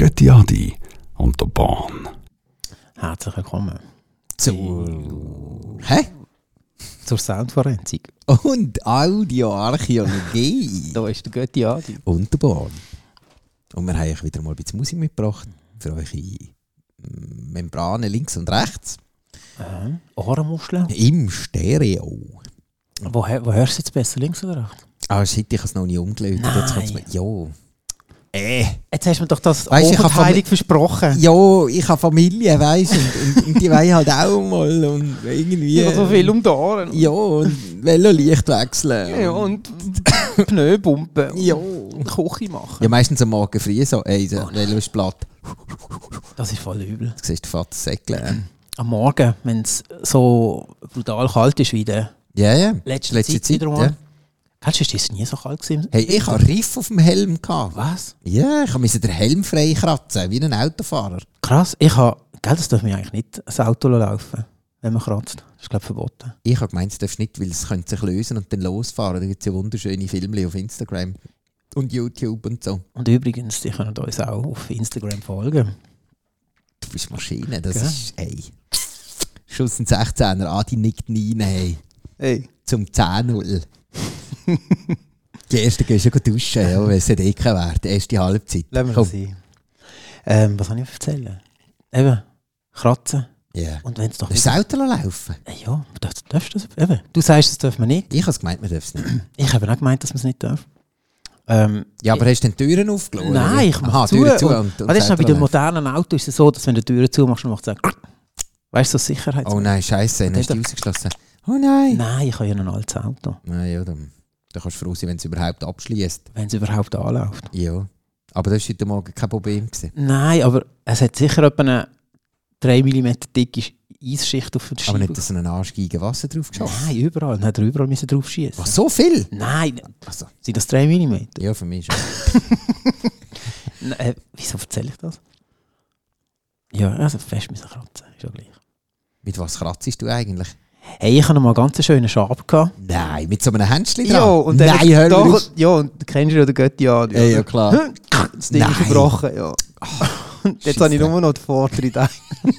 Reti Adi und der Bahn. Herzlich willkommen Zu. Hä? zur Soundforensik. Und Audioarchäologie. Da ist der Götti Adi. Und der Bahn. Und wir haben euch wieder mal ein bisschen Musik mitgebracht für eure mm, Membranen links und rechts. Aha. Ohrenmuscheln. Im Stereo. Wo, hö- wo hörst du jetzt besser, links oder rechts? Ah, shit, ich habe es noch nie umgeläutet. Jetzt kommt's Nein. mir. Ja. Äh. Jetzt hast du mir doch das Weißt du, ich hab Ohrenheilung versprochen. Ja, ich habe Familie, weißt du, und, und, und die wollen halt auch mal und irgendwie. Ich habe so viel um die Ohren. Ja, und Velolicht wechseln. Ja, und Pneu pumpen. Ja. Küche machen. Ja, meistens am Morgen früh so, ey, Oh der Velo ist platt. Das ist voll übel. Du siehst den Vater säckeln. Am Morgen, wenn es so brutal kalt ist wie der Ja, ja. letzten Letzte Zeit, Zeit, wieder mal. ja. Kennst du, ist das nie so kalt gewesen? Hey, ich habe Riff auf dem Helm. Gehabt. Was? Ja, ich musste den Helm frei kratzen, wie ein Autofahrer. Krass, ich habe... Gell, das darf mir eigentlich nicht das Auto laufen, wenn man kratzt. Das ist, glaube ich, verboten. Ich habe gemeint, es darfst nicht, weil es könnte sich lösen und dann losfahren. Da gibt es ja wunderschöne Filme auf Instagram und YouTube und so. Und übrigens, die können uns auch auf Instagram folgen. Du bist Maschine, das Gell? ist, ey. Schuss in 16er, Adi nickt nie rein, hey. Hey. Zum 10-0. Die erste gehst du ja duschen, ja, wenn es nicht eklig wäre. Die erste Halbzeit. Lassen wir Komm. das sein. Ähm, was soll ich erzählen? Eben, kratzen. Ja. Und wenn es doch Du darfst das Auto laufen. Äh, Ja, das, darfst du das? Eben. Du sagst, das dürfen wir nicht. Ich habe gemeint, man darf es nicht. Ich habe auch gemeint, dass man es nicht darf. Ähm, Ja, aber hast du den Türen aufgelassen? Nein, ich Aha, mache zu. Türen zu. und, Und, und Ah, das ist noch bei Auto den laufen. modernen Autos ist es so, dass wenn du die Türen zumachst, dann macht es Weißt du, so Sicherheits... Oh nein, scheiße, dann hast du die rausgeschlossen. Oh nein. Nein, ich habe ja ein altes Auto, Nein, ja, dann, dann kannst du froh sein, wenn es überhaupt abschließt. wenn es überhaupt anläuft. Ja. Aber das war heute Morgen kein Problem. Gewesen. Nein, aber es hat sicher etwa eine 3 mm dicke Sch- Eisschicht auf der Aber Scheibe. nicht, dass er einen Arschgeigen Wasser drauf geschossen Nein, überall. Dann hat er überall müssen drauf schießen. Was, so viel? Nein, Also, sind das 3 mm? ja, für mich schon. Nein, äh, wieso erzähle ich das? Ja, also fest müssen kratzen, ist ja gleich. Mit was kratzest du eigentlich? Hey, ich hatte noch mal einen ganz schönen Schab. gehabt. Nein, mit so einem Händchen dran? Ja, und dann Nein, hör doch, mir auf. Ja, und du kennst ja den Götti an. Ja, ja, klar. Das Ding Nein. ist gebrochen, ja. Und jetzt Scheisse. habe ich nur noch den Vortritt. Nein,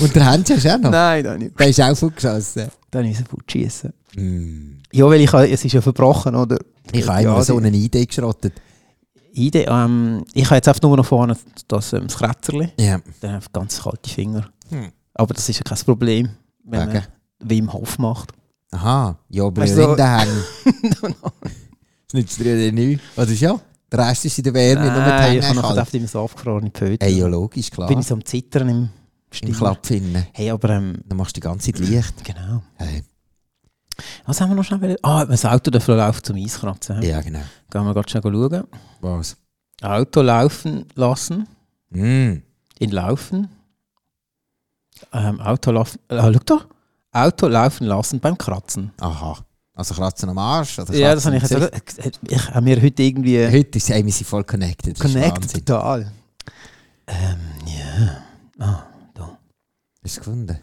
Und der Händchen hast du auch noch? nein, nein. Der ist auch vollgeschossen. Dann müssen wir schießen. Mm. Ja, weil ich, habe- es ist ja verbrochen, oder? Ich habe Ja, einmal so die- eine Idee geschrottet. Idee, ähm, ich habe jetzt einfach nur noch vorne das, ähm, das Kretzerli. Ja. Dann habe ich ganz kalte Finger. Hm. Aber das ist ja kein Problem, wenn Wegen? man Wim Hof macht. Aha, ja, aber Weißt weißt du- du, Rindenhänge. das nützt dir ja nicht. Oder ja, der Rest ist in der Wärme, nur mit Nein, ich habe Hängen nachher kalt. auf so abgefrorene Pöte. Ey, ja, logisch, klar. Bin ich so am Zittern im Im Stimmklapp. Klapp finden. Hey, aber ähm, Dann machst du die ganze Zeit Licht. genau. Hey. Was haben wir noch schnell? wollen? Ah, hat man das Auto dafür laufen zum Eiskratzen. Ja. Ja, genau. Gehen wir gerade schnell schauen. Was? Auto laufen lassen. Mm. In Laufen. Ähm, Auto laufen. Äh, schau da. Auto laufen lassen beim Kratzen. Aha. Also kratzen am Arsch? Oder ja, das habe ich jetzt. kratzen am auch- Ich habe mir heute irgendwie. Gesicht? Heute ist, ey, wir sind voll connected. dus Das Connect Ist Wahnsinn. total. Ähm, ja. Ah, da. Hast du gefunden?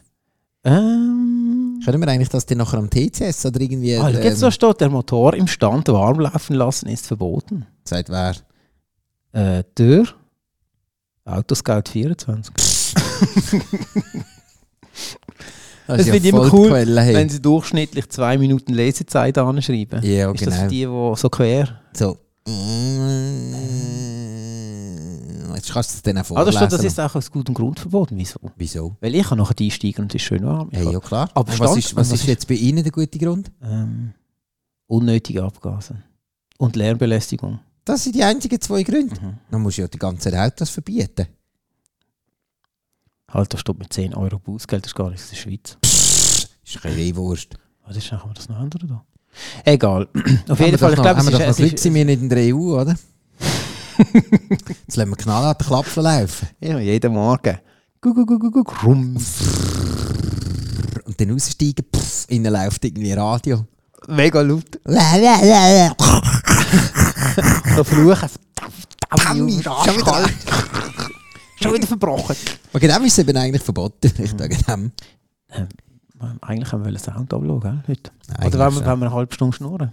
Ähm. Können wir eigentlich das dann nachher am TCS oder irgendwie... eh, Ah, schau jetzt, da steht, der Motor im Stand warm laufen lassen ist verboten. Sagt wer? Äh, Tür. Autoscout 24. Das Es ist wird immer voll die cool, Quelle, hey. Wenn sie durchschnittlich zwei Minuten Lesezeit anschreiben, Ja, ist genau. das die, die so quer. So. Mm. Jetzt kannst du es dann auch Ah, das, vorlesen. steht, das ist auch aus gutem Grund verboten. Wieso? Wieso? Weil ich kann nachher einsteigen und es ist schön warm. Ich Hey, kann, ja klar. Aber Und was, stand- ist, was was ist ist- jetzt bei Ihnen der gute Grund? ähm, unnötige Abgase. Und Lärmbelästigung. Das sind die einzigen zwei Gründe. Mhm. Dann musst du ja die ganzen Autos verbieten. Halt, da steht mit 10 Euro Bußgeld, das ist gar nichts in der Schweiz. Ist keine Rehwurst. Was ist, kann man das noch ändern? Da? Egal. Auf Haben wir jeden Fall, ich doch noch- glaube, es haben wir doch noch ist- Glück, es sind ist... wir nicht in der EU, oder? jetzt lassen wir knallhart den Klapfen laufen. Ja, jeden Morgen. Gu, gu, gu, gu, gu, grumps. Und dann aussteigen, pff, innen läuft irgendwie Radio. Mega laut. La, la, la, la. Da fluchen. Schon Verdammt, wieder- Schon wieder verbrochen. Und genau ist es eben eigentlich verboten. Mhm. Ich sage dem. Eigentlich haben wir wollen Sound abschauen, gell, heute. Eigentlich Oder wollen wir, schon. wollen wir eine halbe Stunde schnurren?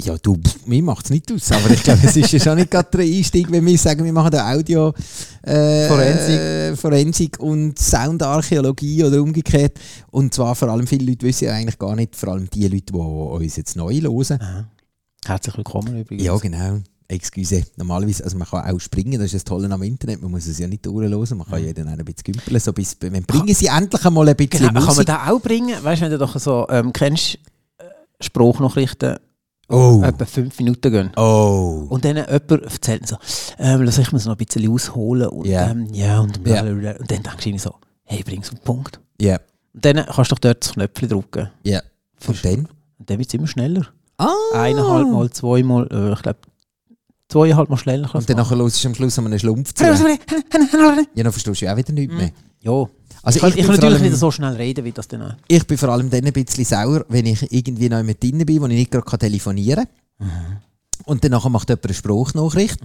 Ja, du, pff, mir macht es nicht aus, aber ich glaube, es ist ja schon nicht gerade der Einstieg, wenn wir sagen, wir machen eine Audio, äh, Forensik. äh, Forensik und Soundarchäologie oder umgekehrt. Und zwar vor allem, viele Leute wissen ja eigentlich gar nicht, vor allem die Leute, die uns jetzt neu hören. Herzlich willkommen übrigens. Ja, genau. Excuse. Normalerweise, also man kann auch springen, das ist das Tolle am Internet, man muss es ja nicht durchlosen, man kann jeden einen ein bisschen gümpeln, so bis, wenn bringen sie endlich einmal ein bisschen Mhm. Genau, kann man Musik. das auch bringen? Weißt du, wenn du doch so ähm, kennst, äh, Spruchnachrichten oh, etwa fünf Minuten gehen. oh. Und dann jemand erzählt so, ähm, lass ich mir noch ein bisschen ausholen. Und, Ja. ähm, ja, und, Ja. blablabla. und dann denkst du irgendwie so, hey, bring's auf den Punkt. Ja, Und dann kannst du doch dort das Knöpfchen drücken. ja. Und dann? Und dann wird es immer schneller. Ah! Eineinhalb Mal, zweimal, äh, ich glaube, zweieinhalb Mal schneller. kannst Und du dann nachher hörst du am Schluss an einem Schlumpf zu. machen. Ja, dann verstehst du ja auch wieder nichts mehr. Ja, Mm. Also ich kann, ich bin kann vor natürlich allem- nicht so schnell reden, wie das dann auch. Ich bin vor allem dann ein bisschen sauer, wenn ich irgendwie noch mit drin bin, wo ich nicht gerade telefonieren kann. Mhm. Und dann nachher macht jemand eine Spruchnachricht.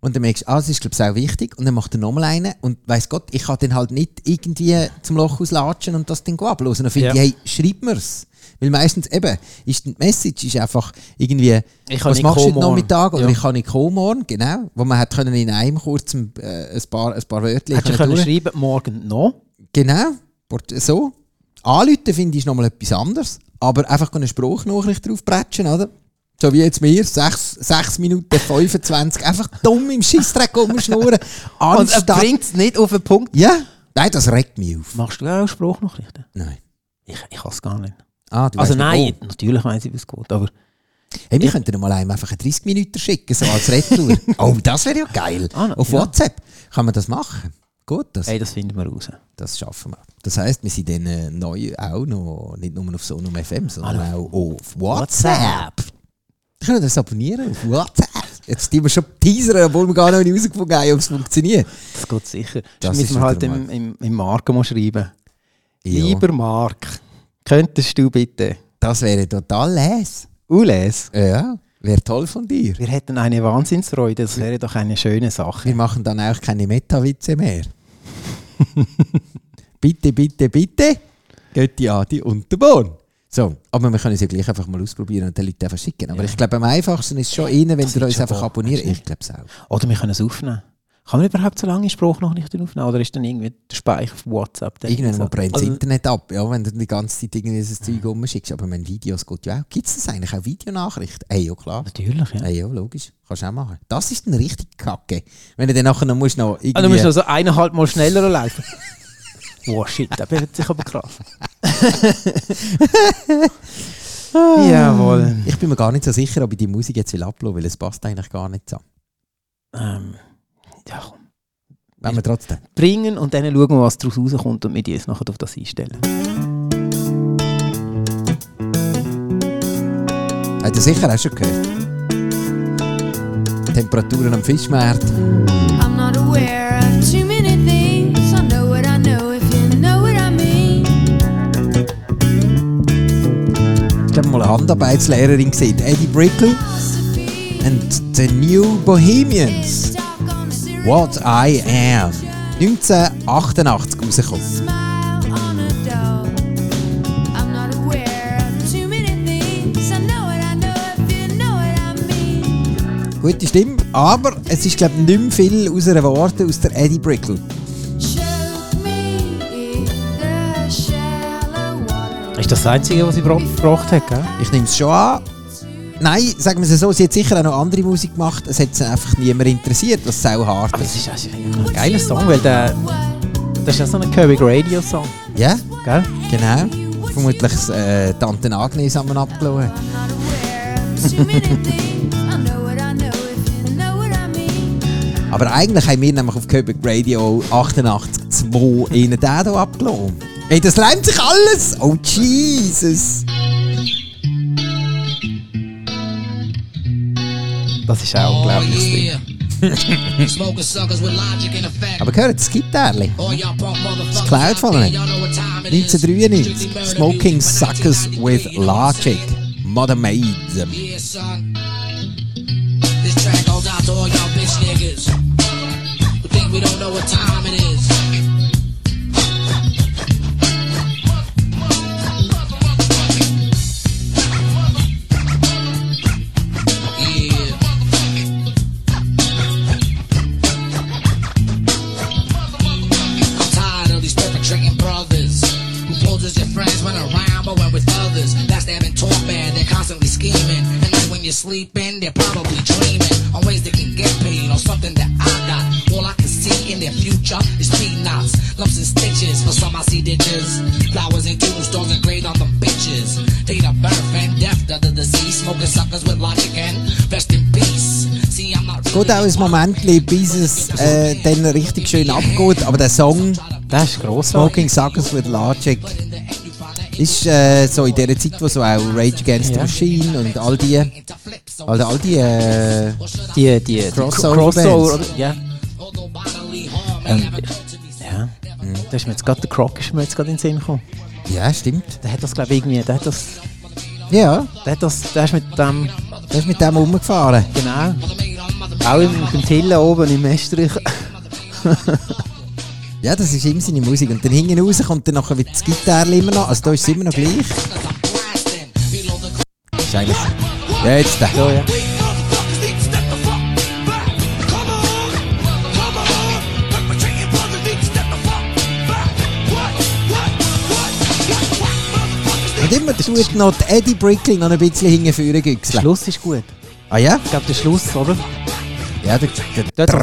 Und dann merkst du, ah, das ist glaube ich auch wichtig. Und dann macht er nochmal einen. Und weiss Gott, ich kann den halt nicht irgendwie zum Loch auslatschen und das Ding ablosen. Dann finde Ja. ich, hey, schreib mir's. Weil meistens eben, ist die Message ist einfach irgendwie, Ich kann was nicht machst du kommen heute morgen. Nachmittag? Oder Ja. ich kann nicht kommen morgen, genau. Wo man hat können in einem kurzen äh, ein, paar, ein paar Wörter Hättest du können schreiben, morgen noch. Genau, Port- so. Anrufen finde ich ist nochmal etwas anderes, aber einfach eine Spruchnachricht draufprätschen, oder? So wie jetzt mir, 6, Minuten 25, einfach dumm im Schissdreck rumschnurren. Also, äh, Anstatt... bringt es nicht auf den Punkt. Ja, nein, das regt mich auf. Machst du auch Spruchnachrichten? Nein. Ich, ich kann es gar nicht. Ah, du Also weißt nicht, nein, natürlich weiss ich, wie es geht, aber... wo. Hey, wir könnten mal einem einfach einen 30 Minuten schicken, so als Retour. oh, das wäre ja geil. Ah, na- Auf ja. WhatsApp. Kann man das machen? Gut, das, Hey, das finden wir raus. das schaffen wir. Das heisst, wir sind dann äh, neu auch noch, nicht nur auf Sonum FM, sondern auch auf WhatsApp. Ich kann das abonnieren auf WhatsApp. Jetzt sind wir schon teasern, obwohl wir gar noch nicht herausgefunden haben, ob es funktioniert. Das geht sicher. Das Das ist müssen wir halt wieder im, im, im Marken mal schreiben. Ja, Lieber Mark, könntest du bitte das wäre total les. Ules? Ja, wäre toll von dir. Wir hätten eine Wahnsinnsfreude, das wäre doch eine schöne Sache. Wir machen dann auch keine Meta-Witze mehr. bitte, bitte, bitte. Götti Adi und der Bohn. So, aber wir können es ja gleich einfach mal ausprobieren und den Leuten einfach schicken. Aber Ja. ich glaube, am einfachsten ist es schon innen, wenn Das ihr wird uns schon einfach gehen, abonniert. weißt du Ich glaube es auch. Oder wir können es aufnehmen. Kann man überhaupt so lange Spruch noch nicht aufnehmen? Oder ist dann irgendwie der Speicher auf WhatsApp? dann Irgendwann so? mal brennt das Also, Internet ab, ja, wenn du die ganze Zeit irgendwie dieses Zeug rumschickst. Aber wenn Videos geht ja auch. Gibt es das eigentlich auch Videonachrichten? Ey, ja klar. Natürlich, ja. Ja, ja, logisch. Kannst du auch machen. Das ist ein richtig Kacke. Wenn du dann nachher noch musst, noch irgendwie... Ah, du musst noch so eineinhalb Mal schneller laufen. Wow, shit, der bewegt sich aber krass. Jawohl. ich bin mir gar nicht so sicher, ob ich die Musik jetzt will uploaden, weil es passt eigentlich gar nicht so. Ähm, ja, komm. Wenn wir trotzdem... bringen und dann schauen, wir, was daraus rauskommt und wir die jetzt nachher auf das einstellen. Hat er sicher auch schon gehört. Temperaturen am Fischmarkt. I'm not aware of too many things. I know what I know if you know what I mean. Ich habe mal eine Handarbeitslehrerin gesehen. Eddie Brickle and the New Bohemians. What I Am. 1988 rausgekommen. Gute Stimme, aber es ist glaube ich nicht mehr viel aus einer Worte aus der Eddie Brickle. Ist das das Einzige, was sie gebracht hat, gell? Ich nehme es schon an. Nein, sagen wir es so, sie hat sicher auch noch andere Musik gemacht. Es hat sie einfach niemand interessiert, was sau hart Das ist. ist also ein geiler Song, weil der, das ist ja so ein Curvy Radio Song, Ja, gell? genau. Vermutlich äh, Tante Agnes haben wir abgelassen. Aber eigentlich haben wir nämlich auf Köbig Radio 88.2 ihnen den hier abgelassen. Ey, das leimt sich alles! Oh, Jesus! Das ist auch unglaublich. yeah. Oh, Smoking suckers with logic and effect. Aber gehört, das Gitarre. All y'all punk Das motherfuckers. Cloud von ihnen. Y'all know what time it is. 1993. Smoking Suckers with Logic. Mother Made. Yeah, son. This track goes out to all y'all bitch niggas. Who think we don't know what time it is. Yeah. backstab and talk bad. They're constantly scheming. And then when you're sleeping, they're probably dreaming on ways they can get paid on something that I got. All I can see in their future is tree knots, lumps and stitches. For some, I see ditches, flowers and tombstones engraved on the bitches. Date of birth and death of the disease. Smoking suckers with logic and rest in peace. See, I'm not Geht auch ein Moment, bis es äh, dann richtig schön abgeht. Aber der Song Das ist grossartig. Smoking Suckers with Logic ist äh, so in der Zeit, wo so auch Rage Against the Ja. Machine und all die, all, all die äh, Die, die, die Crossover Bands. oder- Ja. Ähm, ja. Da ist mir jetzt gerade der Croc ist mir jetzt gerade in den Sinn gekommen. ja stimmt. Der hat das glaube ich irgendwie, der hat das, Ja, der hat das, der ist mit dem, der ist mit dem umgefahren. genau, auch im- mit dem Tillen oben im Estrich. Ja, das ist ihm seine Musik. Und dann hinten raus kommt dann nachher wieder das Gitarre immer noch. Also da ist es immer noch gleich. Ist eigentlich... Ja, jetzt der. So, ja. Und immer tut noch die Eddie Brickle noch ein bisschen hingeführen Der güchseln. Schluss ist gut. Ah ja? Ich glaube der Schluss, oder? Ja, der... der Dort.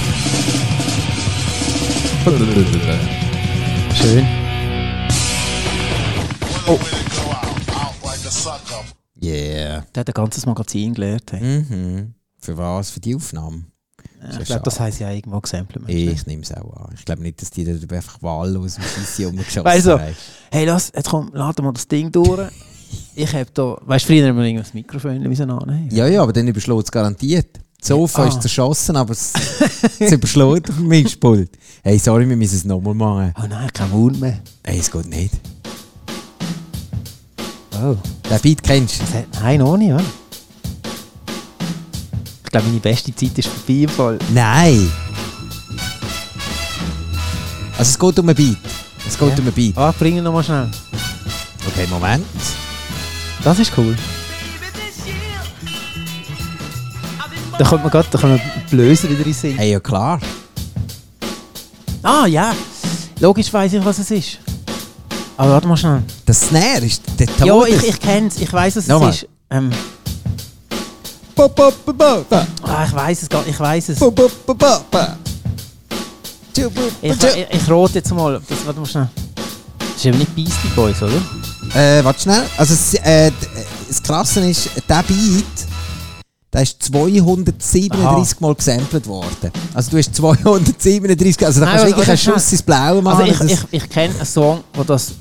Schön. Oh. Yeah. Der hat ein ganzes Magazin gelehrt. Hey. Mhm. Für was? Für die Aufnahme? Ja, ich glaube, das heisst ja irgendwo gesampelt. Ich nehme es auch an. Ich glaube nicht, dass die da einfach wahllos im Scheisse rumgeschossen Also. haben. Hey, lass, jetzt komm, lade mal das Ding durch. Ich hab da, weißt du, früher haben wir irgendwie das Mikrofon müssen annehmen. Ja, ja, aber dann überschlägt es garantiert. Das Sofa Ah. ist zerschossen, aber es, es überschlägt auf dem Mischpult. Hey, sorry, wir müssen es nochmal machen. Oh nein, kein Mund mehr. Hey, es geht nicht. Oh. Den Beat kennst du? Das hat, nein, noch nicht, oder? Ich glaube, meine beste Zeit ist vorbei im Fall. Nein! Also es geht um einen Beat. Es geht Ja. um einen Beat. Ah, bring ihn nochmal schnell. Okay, Moment. Das ist cool. Da kommt man gerade, da kommt man Blöser wieder in Sinn. Hey, ja klar. Ah, ja. Logisch weiss ich, was es ist. Aber warte mal schnell. Das Snare ist der Ton. Ja, ich, ich kenn's, ich weiss, was Nochmal. es ist. Ähm, Ba, ba, ba, ba, ba. ah, ich weiss es gar ich weiss es. Ba, ba, ba, ba, ba. Tschu, bu, bu, Ich, tschu. ich, ich rote jetzt mal. Das, warte mal schnell. Das ist eben nicht Beastie Boys, oder? Äh, warte schnell. Also, das, äh, d- das Krasse ist, der Beat, der ist 237 Mal gesampelt worden. Also, du hast 237, also da Nein, kannst du aber- wirklich einen aber- Schuss ins Blaue machen. Also ich, das- ich, ich kenne einen Song, wo das,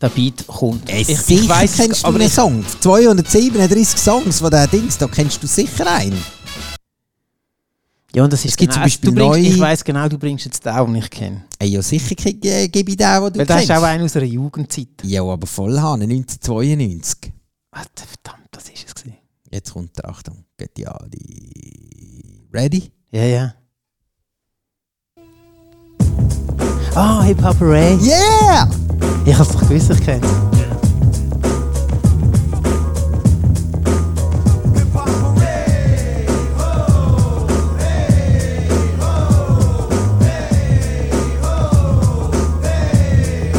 der Beat kommt. Ey, ich, ich sicher weiss es, kennst du aber einen ich, Song. 237 Songs von diesen Dings, da kennst du sicher einen. ja, und das ist Es gibt zum genau- Beispiel du bringst, neue- Ich weiss genau, du bringst jetzt den, den ich kenne. Ey, ja, sicher ke- äh, gebe ich den, den du Weil das kennst. ist auch einer aus einer Jugendzeit. ja, aber voll Hahn, 1992. Alter, verdammt, das ist es. Gewesen. Jetzt kommt der Achtung, geht ja die... Ready? Ja, ja. Ah, Hip Hop Ray. Yeah! Ich hab's doch gewusst, ich kenne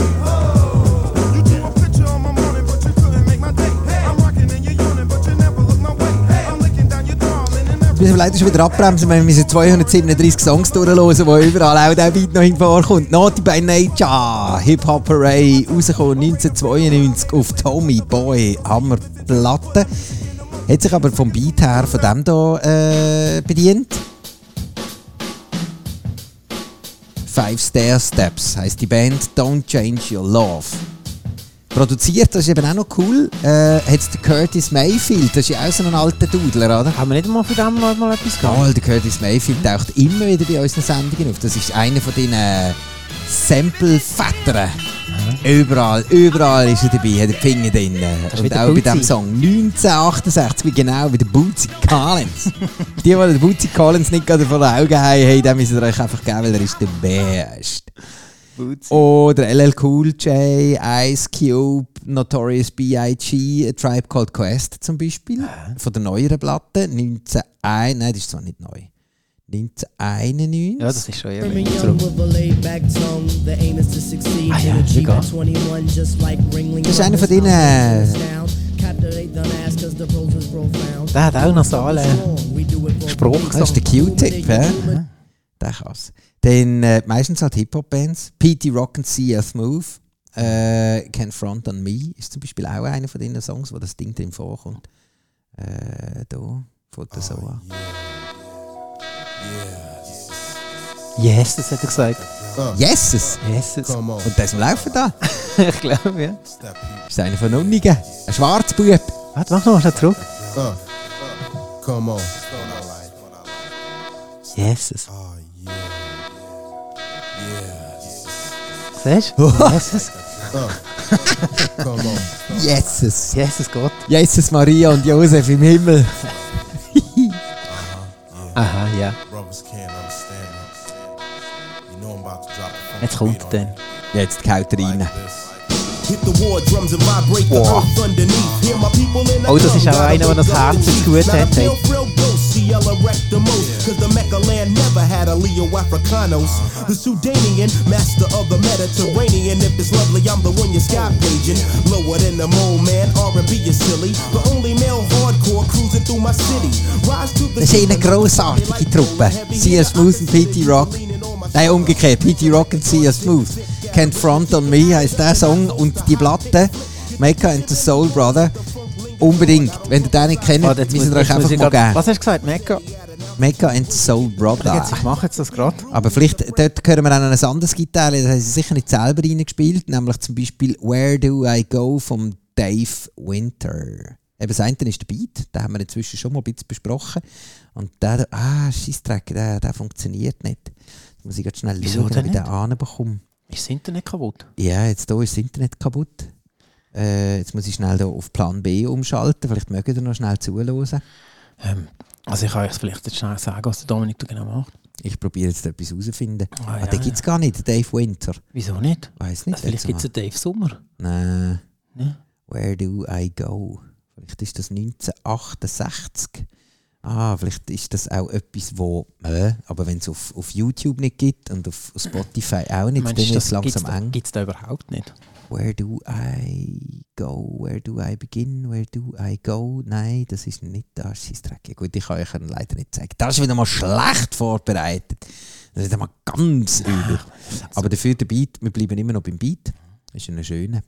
You drew a picture on my morning, but you couldn't make my day. I'm rocking and you're yawning, but you never look my way. I'm looking down your darling and every Wir müssen leider schon wieder abbremsen, weil wir müssen 237 Songs durchhören, wo überall auch der Beat noch hin vorkommt. Naughty by Nature, Hip Hop Array, rausgekommen 1992 auf Tommy Boy, Hammerplatte. Hat sich aber vom Beat her von dem hier äh, bedient. Five Stair Steps heisst die Band Don't Change Your Love. Produziert, das ist eben auch noch cool, äh, hat es der Curtis Mayfield, das ist ja auch so ein alter Dudler, oder? Haben wir nicht mal von dem noch mal etwas gehabt? Egal, der Curtis Mayfield taucht immer wieder bei unseren Sendungen auf. Das ist einer von diesen Sample-Vätern. Überall, überall ist er dabei, hat die Finger drin. ist wie Und der auch bei diesem Bootsy. Song 1968, wie genau wie der Bootsy Collins. die, die den Bootsy Collins nicht gerade vor den Augen haben, hey, dem müsst ihr euch einfach geben, weil er ist der Beste. Oder LL Cool J, Ice Cube, Notorious B.I.G., A Tribe Called Quest zum Beispiel. Von der neueren Platte, 19... Nein, das ist zwar nicht neu. 1991. Ja, das ist schon From a irgendwie young zurück. with a laid back tongue, the aim is to succeed Ah ja, and achieve legal. at 21 just like Ringling Das ist einer von Brothers. denen, äh, Our business down, captivate the mass 'cause the pros was profound. Der hat auch noch so alle Strong, we do it for Spruch. Das ist der Q-Tip, hä? Mhm. Der kann's. Dann äh, meistens halt Hip-Hop-Bands. P.T. Rock and CF Move. Äh, Can Front on Me ist zum Beispiel auch einer von den Songs, wo das Ding drin vorkommt. Äh, da, von Ah, der Soa. Yes, das hat er gesagt. Yeses! Yes, das- Und das am Laufen da. ich glaube, ja. Ist einer von Unnigen. Ein Schwarzbub. Warte, mach nochmal schnell zurück. Ah. Come on. Yes. das- Ah, Siehst du? Yes. das- Yeses! Yes, es geht. Yeses Maria und Josef im Himmel. Aha, ja. Jetzt kommt dann. Jetzt kaut er rein. Hit the war drums and vibrate the Boah. earth underneath. Hear my people in the Oh, das ist auch drum, einer, der das Herz jetzt gut Not a hat, ey. real, real ghost, see, I'll erect the most, 'cause the Mecca land never had a Leo Africanos. The Sudanian, master of the Mediterranean. If it's lovely, I'm the one you're sky paging. Lower than the mole man, R&B is silly. The only male hardcore cruising through my city. Rise to the Das ist eine grossartige Truppe. C.S. Smooth und P.T. Rock. Nein, umgekehrt. P.T. Rock und C.S. Smooth. Can't Front on Me heisst der Song und die Platte Mecca and the Soul Brother. Unbedingt. Wenn ihr den nicht kennt, Warte, Ah, jetzt müsst ihr muss- jetzt euch muss einfach ich mal grad- geben. Was hast du gesagt, Mecca? Mecca and the Soul Brother. Jetzt, ich mache jetzt das gerade. Aber vielleicht, dort hören wir auch noch ein anderes Gitarre, das haben sie sicher nicht selber reingespielt, nämlich zum Beispiel Where Do I Go vom Dave Winter. Eben, das eine ist der Beat, den haben wir inzwischen schon mal ein bisschen besprochen. Und der, ah, Scheissdreck, der, der funktioniert nicht. Jetzt muss ich ganz schnell Wieso schauen, denn ob ich den anbekomme. Ist das Internet kaputt? Ja, jetzt hier ist das Internet kaputt. Äh, jetzt muss ich schnell hier auf Plan B umschalten, vielleicht mögt ihr noch schnell zuhören. Ähm, also ich kann euch vielleicht jetzt schnell sagen, was der Dominik da genau macht. Ich probiere jetzt etwas herauszufinden. Ah, Ah, ja, den gibt es gar nicht, Dave Winter. Wieso nicht? Weiß nicht. Vielleicht jetzt gibt mal. es einen Dave Sommer. Nein. Ne? Äh, Where do I go? Vielleicht ist das 1968. Ah, vielleicht ist das auch etwas, wo. Äh, aber wenn es auf, auf YouTube nicht gibt und auf Spotify auch nicht, dann ist es langsam eng. Gibt es da überhaupt nicht? Where do I go? Where do I begin? Where do I go? Nein, das ist nicht das. Scheissdreck. Ja, gut, ich kann euch ihn leider nicht zeigen. Das ist wieder mal schlecht vorbereitet. Das ist wieder mal ganz Ah, übel. Aber dafür der Beat, wir bleiben immer noch beim Beat. Das ist ein schöner.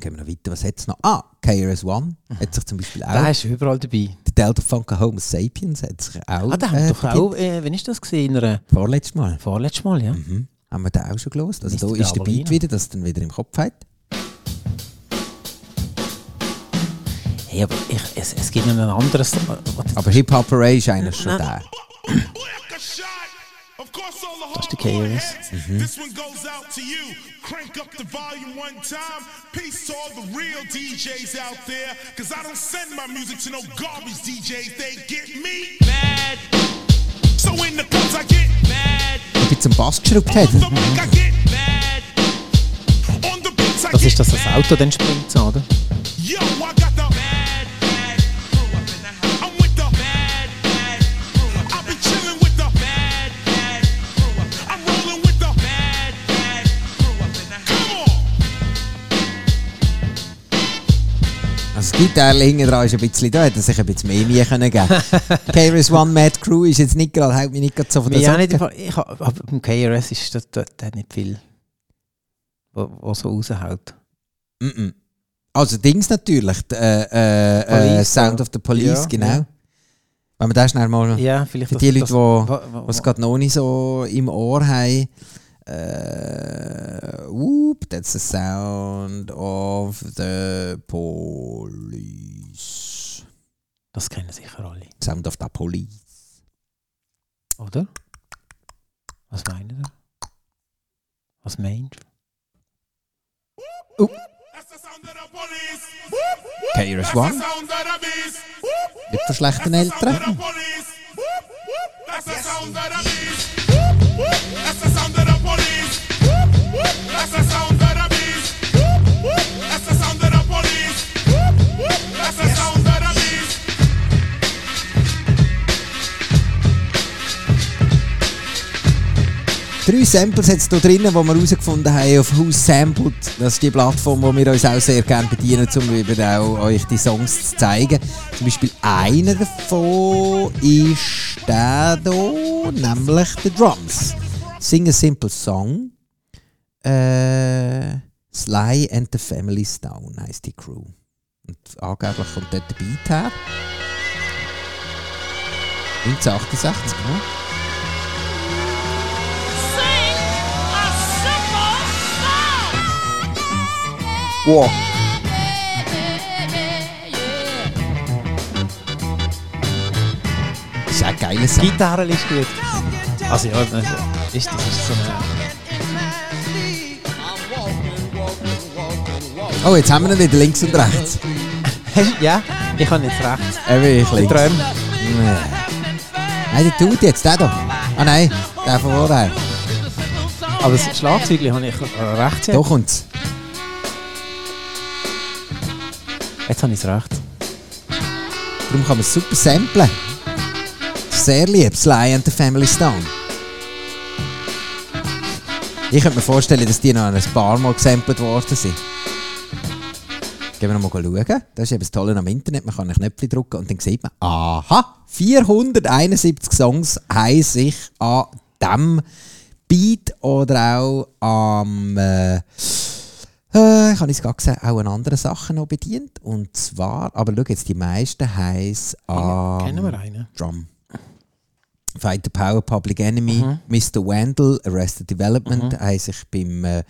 Gehen wir noch weiter. Was hat es noch? Ah, KRS One hat sich zum Beispiel Mhm. Da auch. ist überall dabei. Der Delta Funka Homo Sapiens hat sich auch. Ah, da haben wir doch verdient. auch, äh, wenn ist das gesehen? In einer Vorletztes Mal. vorletzten Mal, ja? Mhm. Haben wir den auch schon gelost? Also, Mr. da ist der Beat Gabarino. wieder, dass dann wieder im Kopf hat. Hey, aber ich, es, es gibt noch ein anderes. äh, Was, Aber Hip Hop Array ist eigentlich schon der. That's the Mm-hmm. KRS. This one goes out to you. Crank up the volume one time. Peace to all the real DJs out there. Cause I don't send my music to no garbage DJs. They get me mad. So in the clubs I get mad. Ob jetzt am Bass geschraubt hat. Off the mic I get mad. On the beats I das ist, get dass das mad. Auto dann springt, so, oder? Yo, I got the bad, bad crew up in the house. I'm with the bad, bad crew up. I'll be chilling with the bad, bad crew up. I'm rolling with the bad, bad crew up in the house. Come on, Also die Gitarre hinten dran ist ein bisschen da, hätte er sich ein bisschen mehr Mühe können geben können. KRS One Mad Crew ist jetzt nicht gerade, hält mich nicht gerade so von der Mir auch nicht, Socke. im Fall- ich, hab- aber beim KRS ist das, das, das nicht viel, was was so raushaut. Mhm. Also Dings natürlich, die, äh, äh, äh, Police, Sound ja. of the Police, Ja, genau. ja. Wenn wir das schnell mal, Ja, vielleicht für das- die Leute, das- die wa- wa- was gerade noch nicht so im Ohr haben, äh, whoop, that's the sound of the police. Das kennen sicher alle, Sound of the police. oder? Was meinen ihr? Was meinst du? That's the sound of the police. KRS That's the One, sound of the beast. nicht von schlechten That's the sound of Eltern. the police. That's the sound of the beast. That's the sound of the police. That's the sound of the beast. That's the sound of the police. That's the sound of the beast. Drei Samples jetzt hier drinnen, die wir herausgefunden haben auf Who's Sampled. Das ist die Plattform, wo wir uns auch sehr gerne bedienen, um eben auch euch die Songs zu zeigen. Zum Beispiel einer davon ist der hier, nämlich The Drums. Sing a Simple Song. Äh, Sly and the Family Stone heisst die Crew. Und angeblich kommt dort der Beat her. 1968, ne? Wow. Das ist auch ein geiler Song. Gitarre ist gut. Also ja, also, ist, das ist so eine... Oh, jetzt haben wir ihn wieder links und rechts. ja, ich habe jetzt recht. Äh, wirklich. Träum. Nein, der tut jetzt, der da. Ah nein, der von vorher. Aber das Schlagzeug habe ich recht. Da kommt's. Jetzt habe ich es recht. Darum kann man es super samplen. Sehr lieb, Sly and the Family Stone. Ich könnte mir vorstellen, dass die noch ein paar Mal gesampelt worden sind. Gehen wir noch mal schauen. Das ist eben das Tolle am Internet. Man kann ein Knöpfchen drücken und dann sieht man, aha, 471 Songs haben sich an dem Beat oder auch am... Äh, äh, ich habe es gerade gesehen, auch an anderen Sachen noch bedient. Und zwar, aber schau jetzt, die meisten heißen an... Kennen wir einen? Drum. Fight the Power, Public Enemy, Mhm. Mr. Wendell, Arrested Development, haben sich beim äh,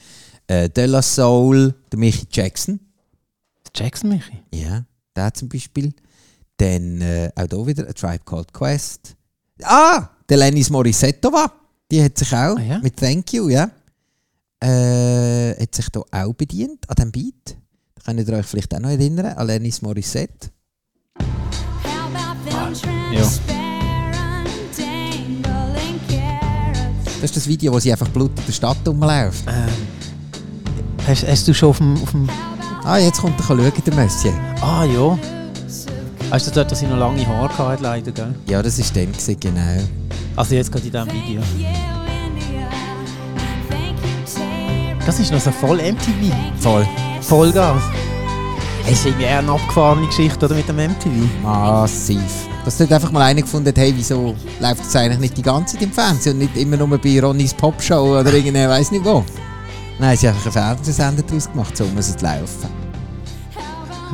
äh, De La Soul, der Michi Jackson, Der Jackson Michi. ja, der zum Beispiel. Dann äh, auch da wieder A Tribe Called Quest. Ah, der Lennis Morissettova, die hat sich auch Ah, ja? mit Thank You, ja, äh, hat sich da auch bedient an diesem Beat. Da könnt ihr euch vielleicht auch noch erinnern, an Lennis Morissette. Ja. Das ist das Video, wo sie einfach blutig in der Stadt rumläuft. Hast, hast du schon auf dem... Auf dem Ah, jetzt kommt er schauen, der Messier. ah ja. Hast du dort, dass ich noch lange Haare hatte, leider, gell? Ja, das war dann, gewesen, genau. Also jetzt gerade in diesem Video. Das ist noch so voll MTV. Voll. Vollgas. Es ist irgendwie eher eine abgefahrene Geschichte, oder, mit dem MTV? Massiv. Dass dort einfach mal einer gefunden hat, hey, wieso läuft das eigentlich nicht die ganze Zeit im Fernsehen und nicht immer nur bei Ronnys Popshow oder irgendeiner weiss nicht wo. Nein, sie haben einfach einen Fernsehsender daraus gemacht, so muss es laufen.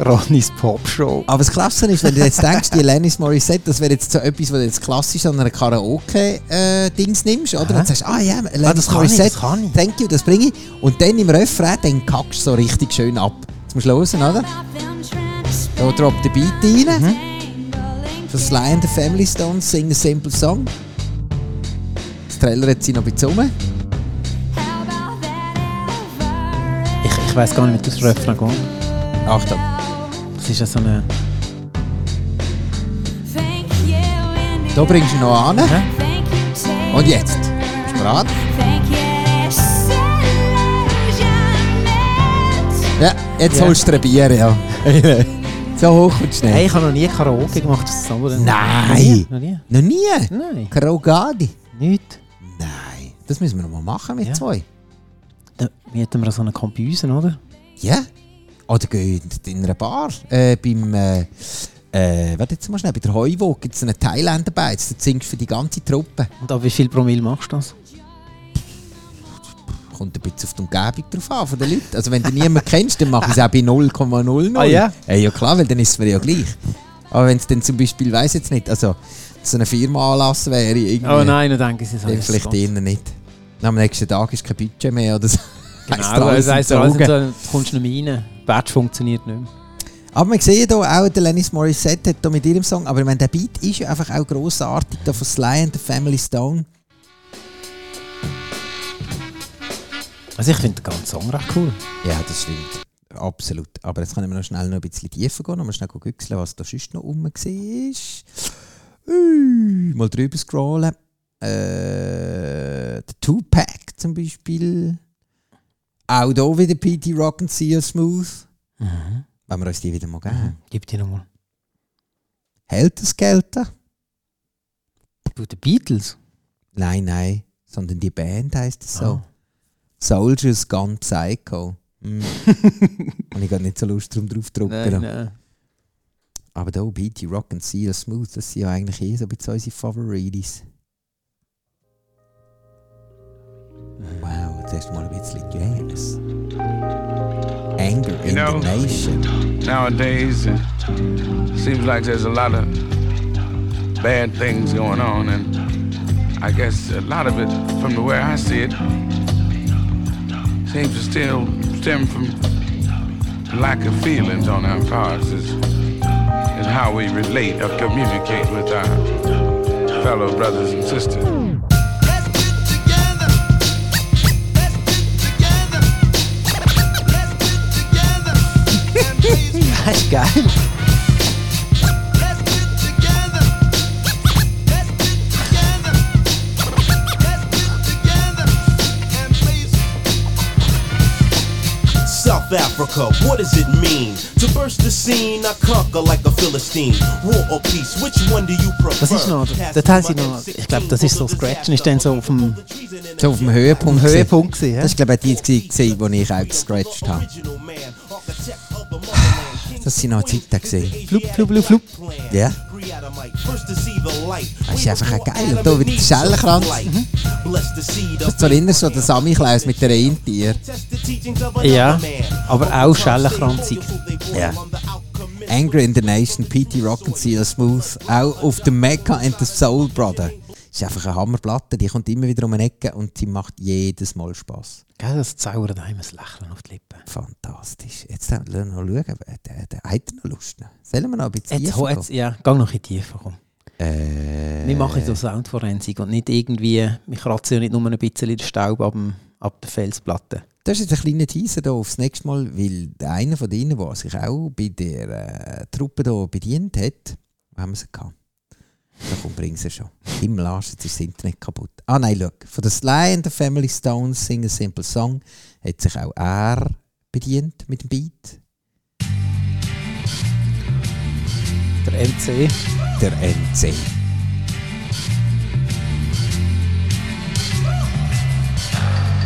Ronnys Popshow. Aber das Klasse ist, wenn du jetzt denkst, die Lennis Morissette, das wäre jetzt so etwas, was du jetzt klassisch an einer Karaoke-Dings nimmst, oder? Und sagst, ah ja, Lennis Ah, das kann ich, Morissette, das kann ich. thank you, das bringe ich. Und dann im Refrain, dann kackst du so richtig schön ab. Jetzt musst du hören, oder? Da droppt der Beat rein. Von Sly and the Family Stone sing a simple song. Das Trailer hat sie noch ein bisschen rum. Ich, ich weiß gar nicht, wie das Refrain geht. Achtung. Das ist ja so eine... Da bringst du ihn noch an. Hä? Und jetzt. Bist du bereit? Ja, jetzt Ja. holst du dir ein Bier, ja. so hoch und schnell. Hey, ich habe noch nie Karaoke gemacht. Das ist aber- Nein. Noch nie? Noch nie? Nein. Karogadi? Nicht. Nein. Das müssen wir noch mal machen mit Ja. zwei. Dann mieten wir so eine Kombüse, oder? Ja? Oder gehen in einer Bar. Äh, beim, äh, äh, warte jetzt mal schnell, bei der Heuwog gibt es einen Thailänder Beiz. Da singst du für die ganze Truppe. Und ab wie viel Promille machst du das? Kommt ein bisschen auf die Umgebung drauf an, von den Leuten. Also wenn du niemanden kennst, dann mach ich es auch bei 0,00. Ah, ja? Äh, ja klar, weil dann ist es mir ja gleich. Aber wenn es dann zum Beispiel, weiss jetzt nicht, also so eine Firma anlassen wäre, irgendwie, Oh nein, dann denken sie es dann vielleicht eher nicht. Am nächsten Tag ist kein Budget mehr oder so. Heisst, Genau, alles das heisst, entzogen. alles entzogen, du kommst nicht mehr rein. Batch funktioniert nicht mehr. Aber wir sehen hier auch, der Lennis Morissette hat hier mit ihrem Song, aber ich meine, der Beat ist ja einfach auch grossartig, da von Sly and the Family Stone. Also ich finde den ganzen Song recht cool. Ja, das stimmt. Absolut. Aber jetzt können wir noch schnell noch ein bisschen tiefer gehen. Noch mal schnell güchseln, was da sonst noch rum war. Ui, Mal drüber scrollen. Äh, der Tupac zum Beispiel. Auch hier wieder PT Rock und Sia Smooth. Mhm. Wenn wir uns die wieder mal geben. Gib dir nochmal. Hält es Gelten? Du, die Beatles? Nein, nein. Sondern die Band heisst es so. Ah. Soldiers Gone Psycho. Mm. Habe ich gar nicht so Lust drum drauf drucken. nein. Aber da BT Rock and Seal Smooth, das sind ja eigentlich eh so ein bisschen unsere Favorites. Wow, jetzt hast du mal ein bisschen Jazz. Anger in know- the Nation. Nowadays, it seems like there's a lot of bad things going on, and I guess a lot of it, from the way I see it, seems to still stem from lack of feelings on our parts, is, is how we relate or communicate with our fellow brothers and sisters. Das ist geil. South Africa, what does it mean? To burst the scene, I conquer like a Philistine. War or peace, which one do you prefer? Das ist noch, der Teil ist noch, ich glaube, das ist so, Scratchen ist dann so auf dem So auf dem Höhepunkt. Am gewesen. Höhepunkt gewesen, ja. Das war, glaube ich, auch die Zeit, gewesen, wo ich auch gescratcht habe. Das sind noch Zeiten. gewesen. Flup, flup, flup, flup. Ja. Das ist einfach auch geil. Und da wieder die Schellenkranz. Mhm. Das Das erinnerst du an den Sammy Klaus mit den Rentier. Ja, aber auch schellenkranzig. Ja. Anger in the Nation, P.T. Rock and Seal Smooth, auch auf dem Mecca and the Soul Brother. Ist einfach eine Hammerplatte, die kommt immer wieder um eine Ecke und die macht jedes Mal Spaß. Gell, das zaubert einem ein Lächeln auf die Lippen. Fantastisch. Jetzt haben wir noch schauen, äh, der, der hat er noch Lust. ne? Sollen wir noch ein bisschen Jetzt, tiefer ho- jetzt, ja, geh noch in die Tiefe, komm. gehen? Äh, Wir machen so Soundforensik und nicht irgendwie, wir kratzen ja nicht nur ein bisschen den Staub ab, dem, ab der Felsplatte. Das ist jetzt ein kleiner Teaser hier aufs nächste Mal, weil einer von denen, der sich auch bei der äh, Truppe hier bedient hat, wo haben wir sie gehabt? Da kommt bringen sie schon. Himmel Arsch, jetzt ist das Internet kaputt. Ah nein, schau, von der Sly and the Family Stones Sing a Simple Song hat sich auch er bedient mit dem Beat. Der MC. Der MC.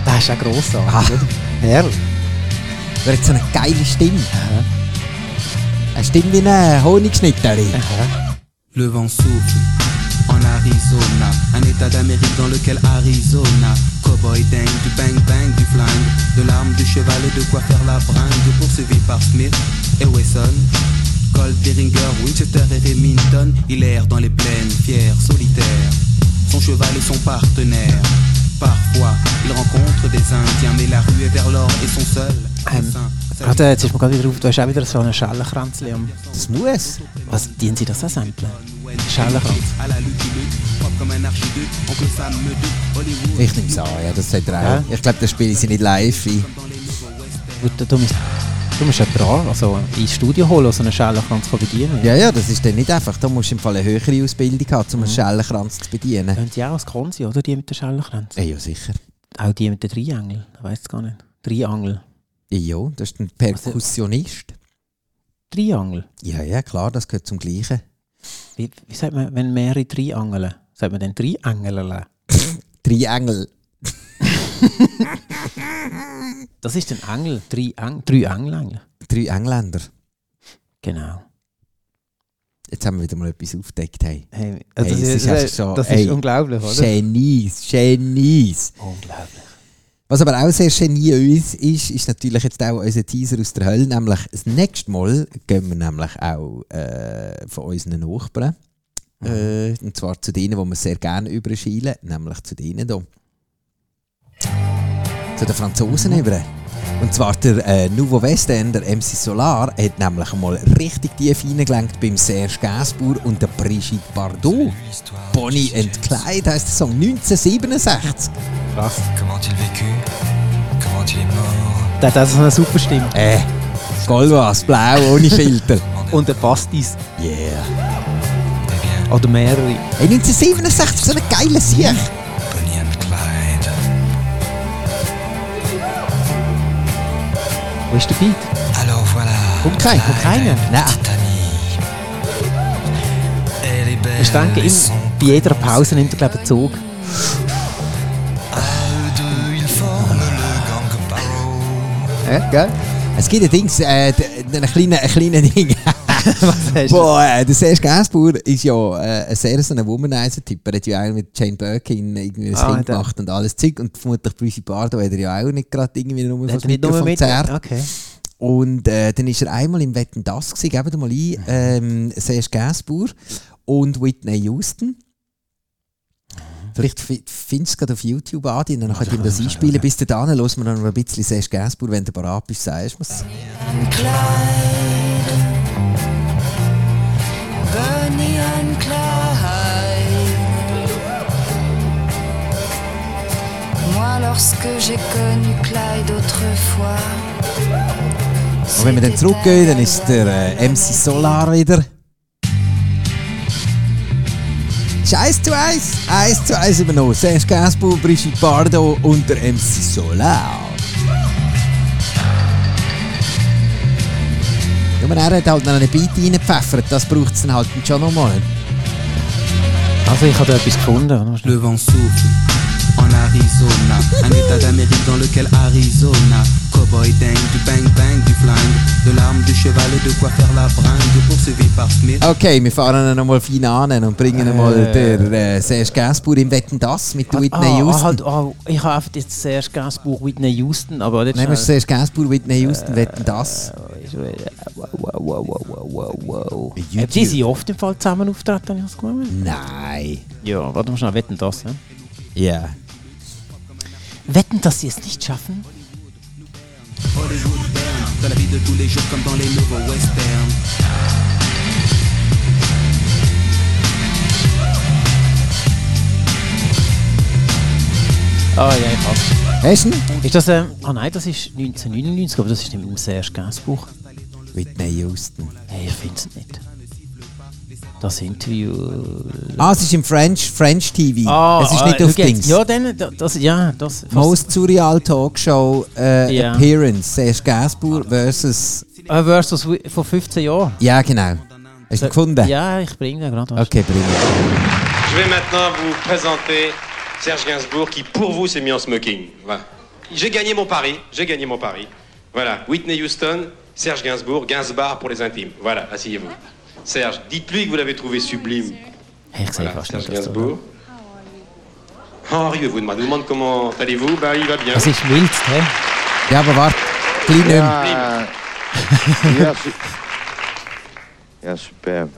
Das ist auch grossartig. Herrlich. Wer hat Ah. so eine geile Stimme? Eine Stimme wie eine Honigschnitterin. Le vent souffle en Arizona, un état d'Amérique dans lequel Arizona, cowboy dingue, du bang bang, du flingue, de l'arme, du cheval et de quoi faire la bringue, poursuivi par Smith et Wesson. Colt, Beringer, Winchester et Remington, il erre dans les plaines, fier, solitaire, son cheval et son partenaire. Parfois, il rencontre des Indiens, mais la rue est vers l'or et son seul. Ähm, dessein. warte, jetzt ist mir gerade wieder auf, du hast auch wieder so einen Schellenkränzchen am... Das muss. Was, dienen sie das auch samplen? Schellenkranz. À la Lucky Luke, propre comme un archiduc, oncle Sam me duc, Hollywood. Ich nehme es an, ja, das sagt er auch. Ja. Ich glaube, das spielen sie nicht live ein. Du, du musst, du musst jemanden an, also ins Studio holen, der so einen Schellenkranz kann bedienen kann. Ja, ja, das ist dann nicht einfach. Da musst du im Fall eine höhere Ausbildung haben, um einen Mhm. Schellenkranz zu bedienen. Können die auch als Konzi, oder? Die mit den Schellenkränzen. Ja, ja sicher. Auch die mit den Dreiengel. Ich weiss es gar nicht. Dreiangel. Ja, das ist ein Also Perkussionist. Dreiangel. Ja, ja, klar, das gehört zum Gleichen. Wie, wie sagt man, wenn mehrere Dreiangeln? Sagt man dann Dreiengelele? Drei Engel. Das ist ein Engel. Drei, Eng drei Engel eigentlich. Drei Engländer. Genau. Jetzt haben wir wieder mal etwas aufgedeckt. Hey. Hey, also das das ist ist, einfach so, das hey, ist unglaublich, oder? Genies, Genies. Unglaublich. Was aber auch sehr genius ist, ist natürlich jetzt auch unser Teaser aus der Hölle. Nämlich das nächste Mal gehen wir nämlich auch äh, von unseren Nachbarn. Mhm. Äh, und zwar zu denen, die wir sehr gerne überschielen, nämlich zu denen hier. Zu den Franzosen über. Und zwar der äh, Nouveau Westender MC Solar hat nämlich mal richtig tief reingelenkt beim Serge Gainsbourg und der Brigitte Bardot. Bonnie and Clyde heisst der Song 1967. Comment il vécut Comment Der hat auch so eine super Stimme. Äh, Golwas, blau, ohne Filter. Und der Pastis. yeah. Oder mehrere. Hey, 1967, so ein geiler Sieg. Wo ist der Beat? Alors voilà. Kommt kein, kommt keiner. Nein. Ich denke, in, bei jeder Pause nimmt er glaube ich einen Zug. Ja, gell? Es gibt ein Ding, äh, d- ein kleines ein kleiner Ding. Was hast du? Boah, äh, der Serge Gainsbourg ist ja äh, ein sehr so ein Womanizer-Typ. Er hat ja auch mit Jane Birkin irgendwie ein Ah, Ding der- gemacht und alles Zeug. Und vermutlich Brigitte Bardot hat er ja auch nicht gerade irgendwie nur Der vom hat nicht nur Mikrofon mit. gezerrt. Okay. Und äh, dann ist er einmal im Wetten das gewesen, gebt mal ein, ähm, Serge Gainsbourg und Whitney Houston. Vielleicht fi- findest du es gerade auf YouTube an, die, und dann könnt ihr ihm das einspielen. Bis dahin hören wir noch ein bisschen Serge Gainsbourg, wenn du bereit bist, sagst du es. Bonnie and Clyde. Moi, lorsque j'ai connu Clyde autrefois. Und wenn wir dann zurückgehen, dann ist der äh, MC Solar wieder. Scheiß zu Eis! Eis zu Eis immer noch. Serge Gainsbourg, Brigitte Bardot und der MC Solar. Ja, aber er hat halt noch einen Beat reingepfeffert. Das braucht es dann halt schon nochmal. Also ich habe da etwas gefunden. oder? Le vent souffle en Arizona, un état d'Amérique dans lequel Arizona, cowboy dingue, du bang bang, du flingue, de l'arme, du cheval et de quoi faire la bringue, poursuivi par Smith. Okay, wir fahren ihn nochmal fein an und bringen ihn mal Äh. der äh, Serge Gainsbourg im Wetten das mit Whitney ah, Ah, Houston. halt, ah, ich habe einfach jetzt zuerst das Buch Whitney Houston, aber jetzt äh, oh, Nehmen wir Serge Gainsbourg, Whitney Euh. Houston, Wetten das. Wow, wow, wow, wow, wow, wow. YouTube. Haben die sie oft im Fall zusammen auftreten, habe ich das gemeint? Nein. Ja, warte mal schnell, wetten das, ne? Ja. Wetten, dass sie es nicht schaffen? Hollywood Bern, dans la vie de tous les jours comme dans les nouveaux westerns. Ah ja, ich hab's. Hast du ihn? Ist das, ähm, ah nein, das ist 1999, aber das ist nicht mit dem Serge Gainsbourg. Whitney Houston. Hey, ich finde es nicht. Das Interview... äh, Ah, es ist im French, French TV. Ah, es ist ah, nicht schau auf jetzt. Dings. Ja, dann, da- das, ja, das... Most Surreal Talkshow äh, Ja. Appearance. Serge Gainsbourg versus... Äh, versus wi- vor 15 Jahren. Ja, genau. Hast du ihn gefunden? Ja, ich bringe den gerade. was. Okay, bring ihn. Je vais maintenant vous présenter Serge Gainsbourg qui, pour vous, s'est mis en smoking. Voilà. J'ai gagné mon pari, j'ai gagné mon pari. Voilà, Whitney Houston, Serge Gainsbourg, Gainsbar pour les intimes. Voilà, asseyez-vous. Serge, dites-lui que vous l'avez trouvé sublime. Hey, ich sehe Voilà, fast Serge nicht, dass du... Gainsbourg. Henri veut vous demander, vous demande comment allez-vous, bah il va bien. Das ist wild, hä? Ja, aber warte. Klein nicht mehr. Ah, ja, su ja, superb.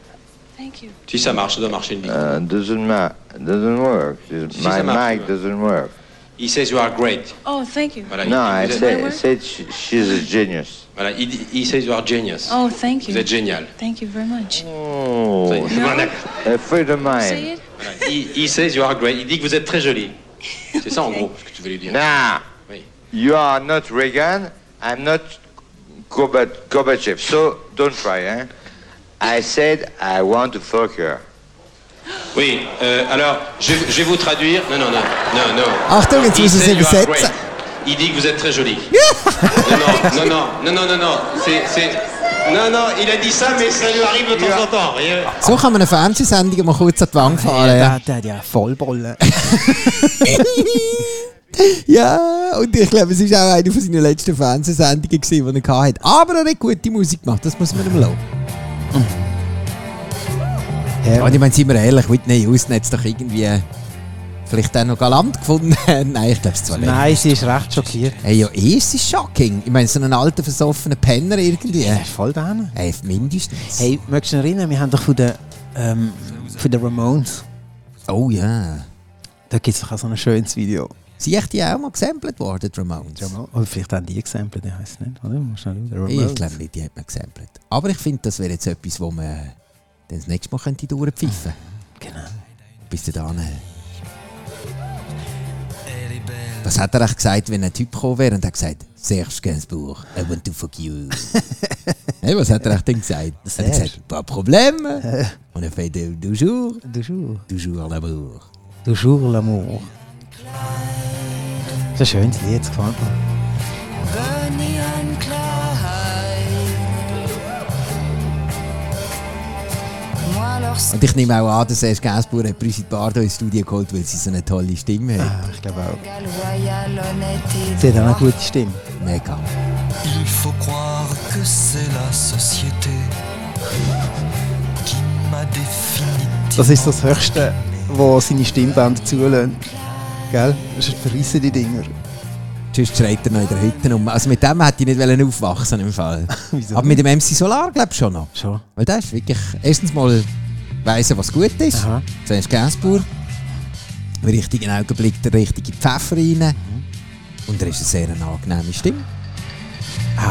Si ça marche, ça doit marcher une vie. Uh, doesn't, ma doesn't work. Si, My ça marche. mic doesn't work. He says you are great. Oh, thank you. Voilà, No, I il, il vous a- said, said she, she's a genius. voilà, il dit- he says you are genius. Oh, thank Vous you. êtes génial. Thank you very much. Oh, Voilà, d'accord. a friend of Say mine. it. Voilà, he, he says you are great. Il dit que vous êtes très jolie. C'est ça en gros ce que tu veux lui dire. Nah, Oui. you are not Reagan. I'm not Gorbat- Gorbachev. So don't try, eh? I said I want to fuck her. Oui, euh, alors, je, je vais vous traduire. Non, non, non, non, non. Achtung, jetzt Il muss er sait sie you are übersetzen. great. Il dit que vous êtes très jolie. non, non, non, non, non, non, non, non, c'est, c'est... Non, non, il a dit ça, mais ça lui arrive de temps en temps. Et, euh, So kann man eine Fernsehsendung mal kurz an die Wand fahren. Ah, Ja, Ja, der, der hat ja Vollbollen. ja und ich glaube, es war auch eine von seinen letzten Fernsehsendungen, gewesen, die er hatte. Aber er hat gute Musik gemacht, das muss man ihm loben. Ja, und ich meine, sind wir ehrlich, Whitney Houston hat es doch irgendwie vielleicht auch noch galant gefunden. Nein, ich glaube es zwar nicht. Nein, sie ist recht schockiert. Hey, ja, eh, es ist shocking. Ich meine, so einen alten, versoffenen Penner irgendwie. Er ist voll da. Hey, mindestens. Hey, möchtest du dich erinnern, wir haben doch von den, ähm, von den Ramones, Oh ja. da gibt es doch auch so ein schönes Video. Sie echt die auch mal gesampelt worden, die Ramones? Oder vielleicht haben die gesampelt, ich weiß es nicht. Oder? Muss schnell schauen. Die Ramones. Ich glaube nicht, die hat man gesampelt. Aber ich finde, das wäre jetzt etwas, wo man dann das nächste Mal könnte durchpfeifen könnte. Genau. Bis dahin. Elle est belle, Das hat er echt gesagt, wenn ein Typ gekommen wäre und hat gesagt, Serge Gainsbourg, I want to fuck you. hey, was hat er echt denn gesagt? Er hat Serge. gesagt, pas de problème. On a fait de- du jour. Du jour. Du jour l'amour. Du jour l'amour. Das ist ein schönes Lied, das gefällt mir. Bonnie and Clyde. Moi, lorsque Und ich nehme auch an, dass Serge Gainsbourg hat Brigitte Bardot ins Studio geholt, weil sie so eine tolle Stimme hat. ich glaube auch. Galoya Sie l'honnêteté hat auch eine droit, gute Stimme. Ah. Mega. Il faut croire que c'est la société qui m'a défini. Das ist so das Höchste, wo seine Stimmbänder zulassen. Gell? Das verrissen die Dinger. Sonst schreit er noch in der Hütte um. Also mit dem hätte ich nicht wollen aufwachsen im Fall. Wieso Aber mit dem MC Solar glaube ich schon noch. Schon. Weil der ist wirklich, erstens mal weiss er, was gut ist. Zuerst Gänsbauer. Im richtigen Augenblick der richtige Pfeffer rein. Mhm. Und er ist eine sehr angenehme Stimme.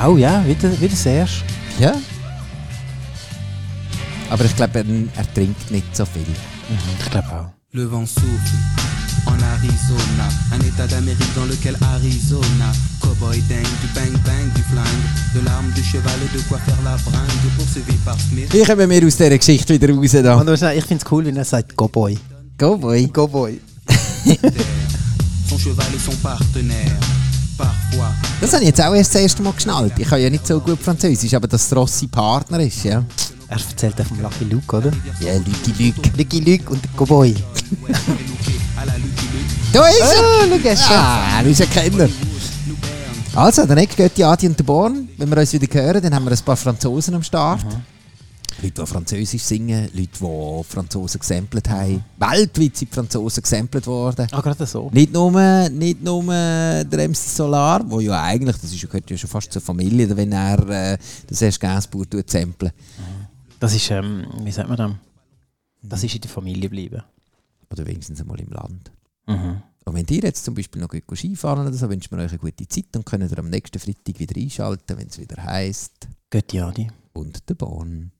Auch, ja, wieder, wieder sehr. Ja. Aber ich glaube, er, er trinkt nicht so viel. Ich glaube auch. Le vent souffle en Arizona, un état d'Amérique dans lequel Arizona, cowboy dingue, du bang bang, du flingue, de l'arme, du cheval et de quoi faire la bringue, poursuivi par Smith. Wie kommen wir aus dieser Geschichte wieder raus? Da? Und du weißt, ich finde es cool, wenn er sagt Cowboy. Cowboy? Cowboy. Son cheval et son partenaire, parfois. Das habe ich jetzt auch erst das erste Mal geschnallt. Ich kann ja nicht so gut Französisch, aber dass Rossi Partner ist, ja. Er erzählt auch vom Lucky Luke, oder? Ja, Lucky Luke. Lucky Luke und der Cowboy. Da ist Ah, schau, er er! ist Ah, er ist ein Kenner. Also, der nächste geht die Adi und der Born. Wenn wir uns wieder hören, dann haben wir ein paar Franzosen am Start. Leute, die Französisch singen, Leute, die Franzosen gesampelt haben. Weltweit sind die Franzosen gesampelt worden. Ah, gerade so. Nicht nur, nicht nur äh, der MC Solar, wo ja eigentlich, das ist, ja- gehört ja schon fast zur Familie, wenn er äh, das erste Gasbauer tut, samplen. Das ist, ähm, wie sagt man das? Das ist in der Familie geblieben. Oder wenigstens einmal im Land. Mhm. Und wenn ihr jetzt zum Beispiel noch gut Skifahren oder so, wünschen wir euch eine gute Zeit und könnt ihr am nächsten Freitag wieder einschalten, wenn es wieder heisst. Götti Adi. Und der Bahn.